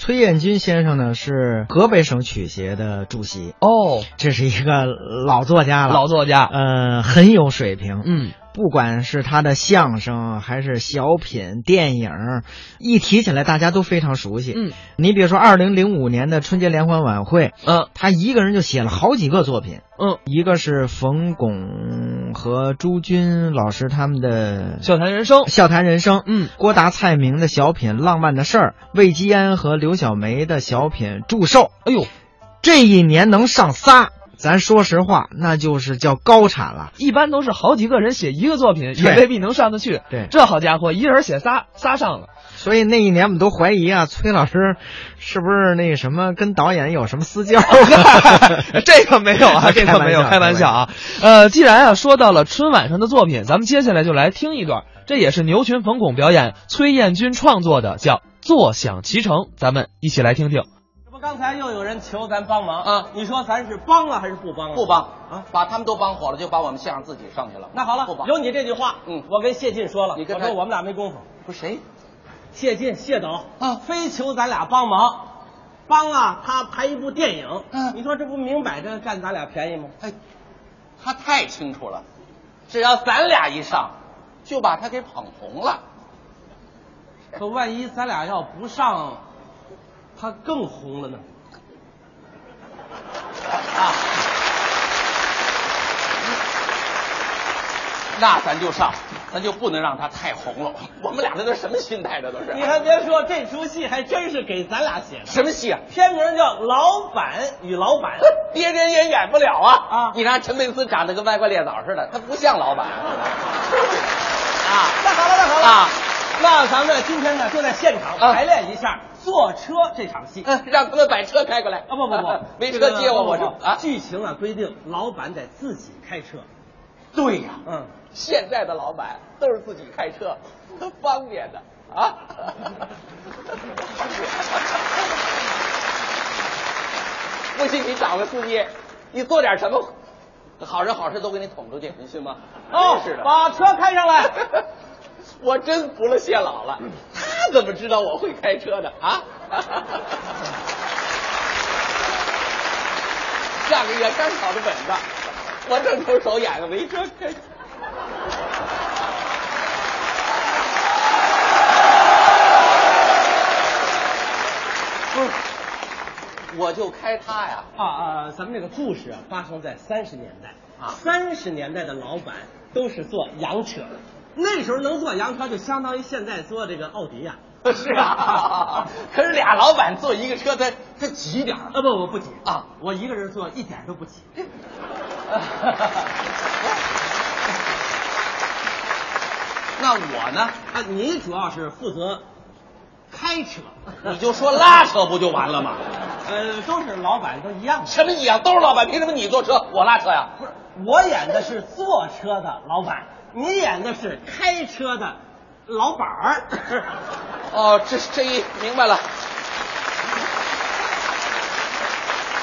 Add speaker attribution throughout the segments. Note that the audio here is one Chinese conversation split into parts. Speaker 1: 崔彦军先生呢是河北省曲协的主席，
Speaker 2: 哦，
Speaker 1: 这是一个老作家了，
Speaker 2: 老作家，
Speaker 1: 呃很有水平。
Speaker 2: 嗯，
Speaker 1: 不管是他的相声还是小品、电影，一提起来大家都非常熟悉。
Speaker 2: 嗯，
Speaker 1: 你比如说二零零五年的春节联欢晚会，
Speaker 2: 嗯
Speaker 1: 他一个人就写了好几个作品，
Speaker 2: 嗯，
Speaker 1: 一个是冯巩和朱军老师他们的
Speaker 2: 笑谈人生，
Speaker 1: 笑谈人生，
Speaker 2: 嗯
Speaker 1: 郭达、蔡明的小品《浪漫的事儿》，魏基安和刘小梅的小品《祝寿》，
Speaker 2: 哎呦，
Speaker 1: 这一年能上仨，咱说实话，那就是叫高产了。
Speaker 2: 一般都是好几个人写一个作品，
Speaker 1: 对
Speaker 2: 也未必能上得去。
Speaker 1: 对
Speaker 2: 这好家伙，一人写仨，仨上了。
Speaker 1: 所以那一年我们都怀疑啊，崔老师是不是那什么跟导演有什么私 交？啊
Speaker 2: 这个没有啊， 这个没有，
Speaker 1: 开
Speaker 2: 开
Speaker 1: 玩
Speaker 2: 玩
Speaker 1: 笑
Speaker 2: 笑啊。呃，既然啊说到了春晚上的作品，咱们接下来就来听一段，这也是牛群、冯巩表演，崔彦军创作的，叫《坐享其成》，咱们一起来听听。
Speaker 3: 这不刚才又有人求咱帮忙
Speaker 4: 啊
Speaker 3: 你说咱是帮了还是不帮啊？
Speaker 4: 不帮
Speaker 3: 啊
Speaker 4: 啊，把他们都帮火了，就把我们相声自己上去了。
Speaker 3: 那好了，
Speaker 4: 不帮。
Speaker 3: 有你这句话，
Speaker 4: 嗯
Speaker 3: 我跟谢晋说了，
Speaker 4: 你跟
Speaker 3: 我
Speaker 4: 他
Speaker 3: 说我们俩没功夫。
Speaker 4: 不是谁？
Speaker 3: 谢晋谢导
Speaker 4: 啊
Speaker 3: 非求咱俩帮忙，帮啊，他拍一部电影，
Speaker 4: 嗯
Speaker 3: 你说这不明摆着占咱俩便宜吗？
Speaker 4: 哎，他太清楚了，只要咱俩一上，就把他给捧红了。
Speaker 3: 可万一咱俩要不上，他更红了呢。
Speaker 4: 啊，那咱就上，咱就不能让他太红了。 我们俩这都什么心态？这都是
Speaker 3: 你还别说，这出戏还真是给咱俩写的，
Speaker 4: 什么戏啊？
Speaker 3: 片名叫《老板与老板》。
Speaker 4: 别人也演不了啊！
Speaker 3: 啊
Speaker 4: 你让陈佩斯长得跟歪瓜裂枣似的，他不像老 板啊！
Speaker 3: 那好了，那好了，
Speaker 4: 啊
Speaker 3: 那咱们今天呢就在现场
Speaker 4: 啊
Speaker 3: 排练一下坐车这场戏。
Speaker 4: 嗯， 让他们把车开过来，
Speaker 3: 啊不不不
Speaker 4: 没车接我，我
Speaker 3: 这个
Speaker 4: 是
Speaker 3: 不不不
Speaker 4: 啊。
Speaker 3: 剧情啊规定，老板得自己开车。
Speaker 4: 对呀、
Speaker 3: 嗯，
Speaker 4: 现在的老板都是自己开车，都方便的啊。 不信你找个司机，你做点什么好人好事都给你捅出去，你信吗？真是的，
Speaker 3: 哦把车开上来。
Speaker 4: 我真服了谢老了，他怎么知道我会开车的啊？ 上个月刚考的本子，我正出手演个没 车开。不是，嗯我就开他呀。
Speaker 3: 啊啊，咱们这个故事啊发生在三十年代
Speaker 4: 啊
Speaker 3: 三十年代的老板都是坐洋车，那时候能坐洋车就相当于现在坐这个奥迪呀、
Speaker 4: 是啊，可是俩老板坐一个车，他他急点儿
Speaker 3: 啊不我不挤
Speaker 4: 啊
Speaker 3: 我一个人坐一点都不 挤。
Speaker 4: 那我呢？
Speaker 3: 啊，你主要是负责开车，
Speaker 4: 你就说拉车不就完了吗？
Speaker 3: 呃，都是老板都一样的。
Speaker 4: 什么一样都是老板，凭什么你坐车我拉车呀？
Speaker 3: 不是，我演的是坐车的老板，你演的是开车的老板儿。
Speaker 4: 哦，这这一明白了。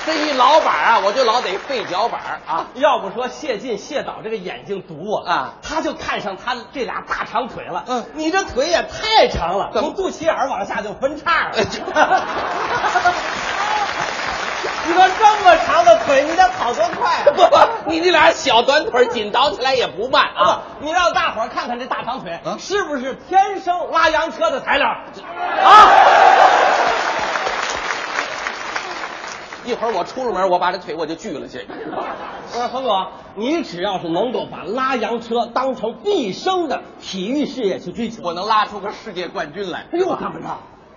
Speaker 4: 这一老板啊，我就老得费脚板儿啊。
Speaker 3: 要不说谢晋、谢导这个眼睛毒啊，
Speaker 4: 啊
Speaker 3: 他就看上他这俩大长腿了。
Speaker 4: 嗯
Speaker 3: 你这腿也太长了，
Speaker 4: 怎么
Speaker 3: 从肚脐眼儿往下就分叉了。
Speaker 4: 哎这
Speaker 3: 哎 你说这么长的腿，你得跑多快 啊！
Speaker 4: 不不，你那俩小短腿儿紧倒起来也不慢啊。
Speaker 3: 啊！你让大伙儿看看这大长腿、
Speaker 4: 啊
Speaker 3: 是不是天生拉洋车的材料？
Speaker 4: 啊一会儿我出了门，我把这腿我就锯了去。
Speaker 3: 我啊说冯总，你只要是能够把拉洋车当成毕生的体育事业去追求，
Speaker 4: 我能拉出个世界冠军来。
Speaker 3: 哎呦，怎么着？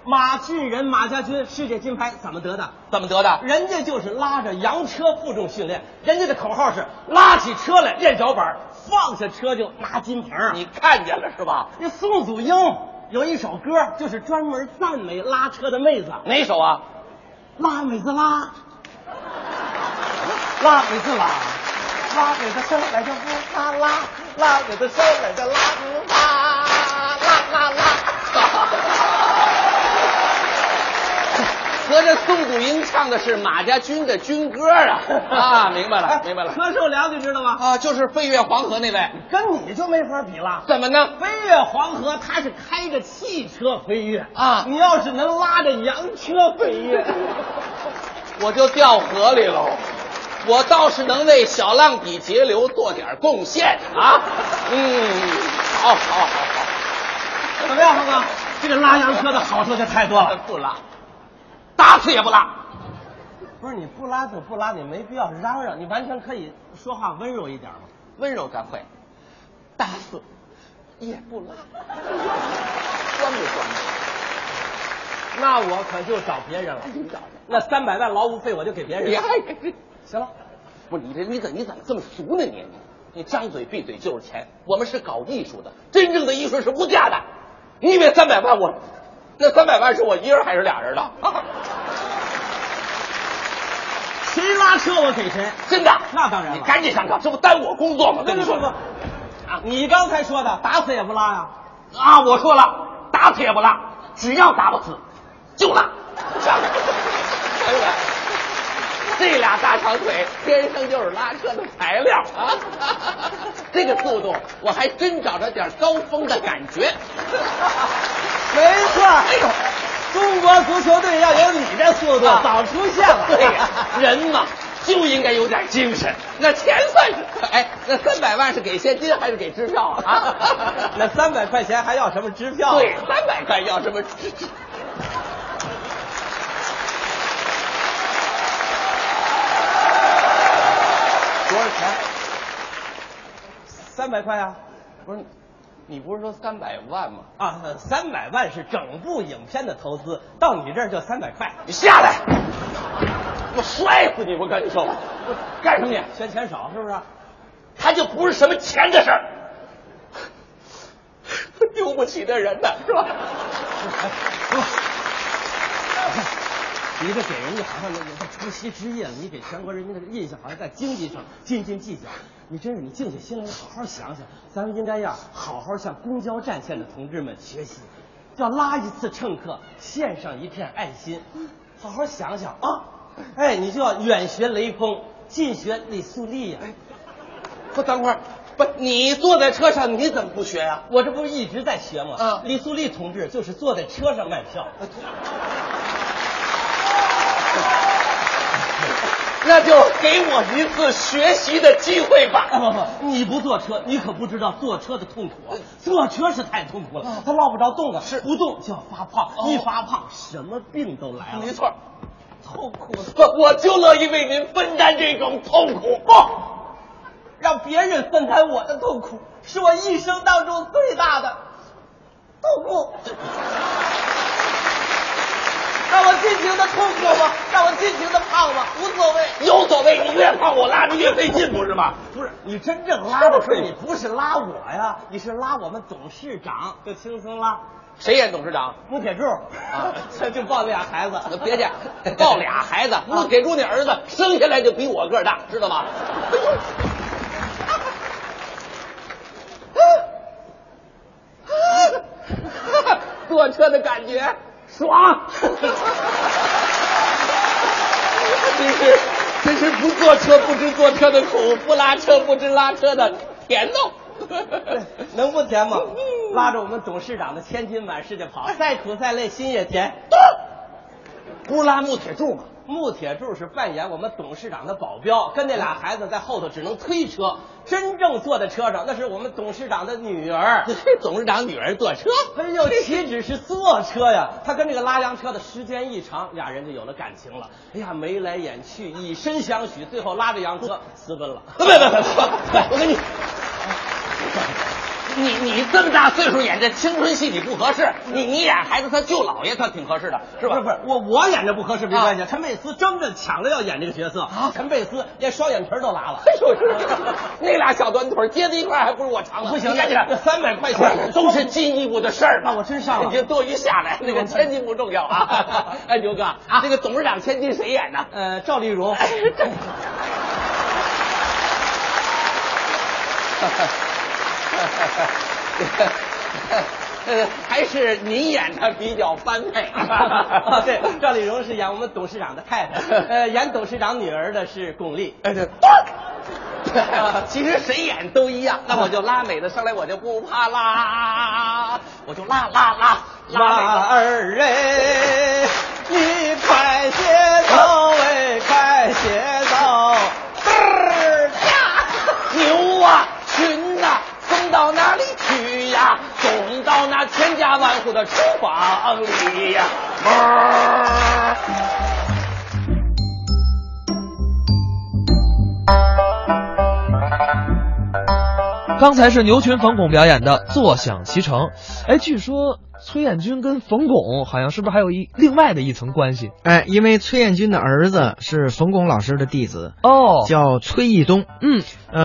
Speaker 3: 马俊仁、马家军世界金牌怎么得的？
Speaker 4: 怎么得的？
Speaker 3: 人家就是拉着洋车负重训练，人家的口号是拉起车来练脚板，放下车就拿金牌啊。
Speaker 4: 你看见了是吧？
Speaker 3: 那宋祖英有一首歌，就是专门赞美拉车的妹子，
Speaker 4: 哪手啊？
Speaker 3: 拉美子拉，拉美子拉，拉美子生来就不拉拉，拉美子生来就拉不拉拉拉拉。
Speaker 4: 合着宋祖英唱的是马家军的军歌 啊！啊，明白了，明白了。
Speaker 3: 柯哎受良你知道吗？
Speaker 4: 啊，就是飞越黄河那位，
Speaker 3: 跟你就没法比了。
Speaker 4: 怎么呢？
Speaker 3: 飞越黄河，他是开着汽车飞越
Speaker 4: 啊
Speaker 3: 你要是能拉着洋车飞越，
Speaker 4: 我就掉河里喽。我倒是能为小浪底节流做点贡献啊！嗯，好，好，好，好，
Speaker 3: 怎么样，恒哥？这个拉洋车的好处就太多了。
Speaker 4: 不拉，打死也不拉。
Speaker 3: 不是你不拉就不拉，你没必要嚷嚷，你完全可以说话温柔一点嘛。
Speaker 4: 温柔干会，打死也不拉，酸不酸？
Speaker 3: 那我可就找别人了。
Speaker 4: 你找去，
Speaker 3: 那三百万劳务费我就给别人
Speaker 4: 你
Speaker 3: 了。
Speaker 4: 还给这？
Speaker 3: 行了，
Speaker 4: 不是你这你怎你怎么这么俗呢你？你张嘴闭嘴就是钱，我们是搞艺术的，真正的艺术是无价的。你以为三百万我，那三百万是我一人还是俩人的？啊
Speaker 3: 谁拉车我给谁。
Speaker 4: 真的？
Speaker 3: 那当然了
Speaker 4: 你赶紧上课，这不耽误我工作吗？跟你说
Speaker 3: 不不不啊，你刚才说的打死也不拉呀、
Speaker 4: 啊，我说了，打死也不拉，只要打不死就拉。朋友们，哎这俩大长腿天生就是拉车的材料啊！这个速度，我还真找着点高峰的感觉。
Speaker 3: 没错，
Speaker 4: 哎呦，
Speaker 3: 中国足球队要有你这速度，
Speaker 4: 啊
Speaker 3: 早出现了。哎
Speaker 4: 对呀、 人嘛就应该有点精神。那钱算是，哎，那三百万是给现金还是给支票 啊？
Speaker 3: 那三百块钱还要什么支票？啊
Speaker 4: 对，三百块要什么？
Speaker 3: 多少钱？三百块啊！
Speaker 4: 不是，你不是说三百万吗？
Speaker 3: 啊，三百万是整部影片的投资，到你这儿就三百块，
Speaker 4: 你下来，我摔死你！我跟你说，我干什么你？
Speaker 3: 嫌钱少是不是？啊
Speaker 4: 他就不是什么钱的事儿，丢不起的人呢，是吧？
Speaker 3: 你这给人家好像那个除夕之夜，你给全国人民的印象好像在经济上斤斤计较。你真是你静下心来好好想想，咱们应该呀好好向公交战线的同志们学习，要拉一次乘客，献上一片爱心，好好想想啊！哎，你就要远学雷锋，近学李素丽呀、
Speaker 4: 不，等会儿，不，你坐在车上，你怎么不学呀、
Speaker 3: 我这不一直在学吗？
Speaker 4: 嗯
Speaker 3: 李素丽同志就是坐在车上卖票。
Speaker 4: 那就给我一次学习的机会
Speaker 3: 哎
Speaker 4: 吧。
Speaker 3: 不不，你不坐车，你可不知道坐车的痛苦啊！坐车是太痛苦了，他落不着洞啊，是哦不动就要发胖，一发胖什么病都来了。
Speaker 4: 没错，
Speaker 3: 痛苦的，
Speaker 4: 不，我就乐意为您分担这种痛苦。哦不，
Speaker 3: 让别人分担我的痛苦，是我一生当中最大的痛 苦。让我尽情的痛苦吧，让我尽情的胖吧，无所谓。
Speaker 4: 有所谓，你越胖我拉着越费劲，不是吗？
Speaker 3: 不是你真正拉的是你，不是拉我呀，你是拉我们董事长，就轻松拉。
Speaker 4: 谁演董事长？
Speaker 3: 穆铁柱 啊，这就抱这俩孩子，
Speaker 4: 别 介，抱俩孩子，
Speaker 3: 啊
Speaker 4: 穆铁柱那儿子生下来就比我个儿大，知道吗？坐车的感觉爽，真是真是不坐车不知坐车的苦，不拉车不知拉车的甜 呐。
Speaker 3: 能不甜吗？拉着我们董事长的千金满世界跑，再苦再累心也 甜。
Speaker 4: 不是拉穆铁柱吗？
Speaker 3: 穆铁柱是扮演我们董事长的保镖，跟那俩孩子在后头只能推车，真正坐在车上那是我们董事长的女儿。
Speaker 4: 董事长女儿坐车，
Speaker 3: 哎呦，岂止是坐车呀？他跟这个拉洋车的时间一长，俩人就有了感情了。哎呀，眉来眼去，以身相许，最后拉着洋车私奔了。
Speaker 4: 不不不不，我 跟你，你你这么大岁数演这青春戏你不合适，你你演孩子他舅姥爷算挺合适的，是吧？
Speaker 3: 不是啊不是，我我演这不合适没关系。陈佩斯争着抢着要演这个角色
Speaker 4: 啊
Speaker 3: 陈佩斯连双眼皮儿都拉了。
Speaker 4: 哎呦， 那俩小短腿接在一块儿还不如我长呢。
Speaker 3: 啊不行
Speaker 4: 你赶紧的，
Speaker 3: 这300块钱
Speaker 4: 都是进一步的事儿嘛。
Speaker 3: 那我真上了
Speaker 4: 你就多余下来，那个千金不重 要啊。哎，牛哥，那个董事长千金谁演呢？
Speaker 3: 呃，赵丽蓉，。
Speaker 4: 哎这呃，还是您演的比较般配
Speaker 3: 对，赵丽蓉是演我们董事长的太太，呃，演董事长女儿的是巩俐。
Speaker 4: 哎对，其实谁演都一样。那我就拉美的上来，我就不怕拉，我就拉拉拉
Speaker 3: 马
Speaker 4: 拉
Speaker 3: 儿哎，你快些走哎，快些走！
Speaker 4: 美的。牛啊，群呐、送到哪里去呀？送到那千家万户的厨房里呀。
Speaker 2: 刚才是牛群冯巩表演的《坐享其成》。哎，据说崔彦军跟冯巩好像是不是还有一另外的一层关系？
Speaker 1: 哎，因为崔彦军的儿子是冯巩老师的弟子，
Speaker 2: 哦，
Speaker 1: 叫崔义东。
Speaker 2: 嗯，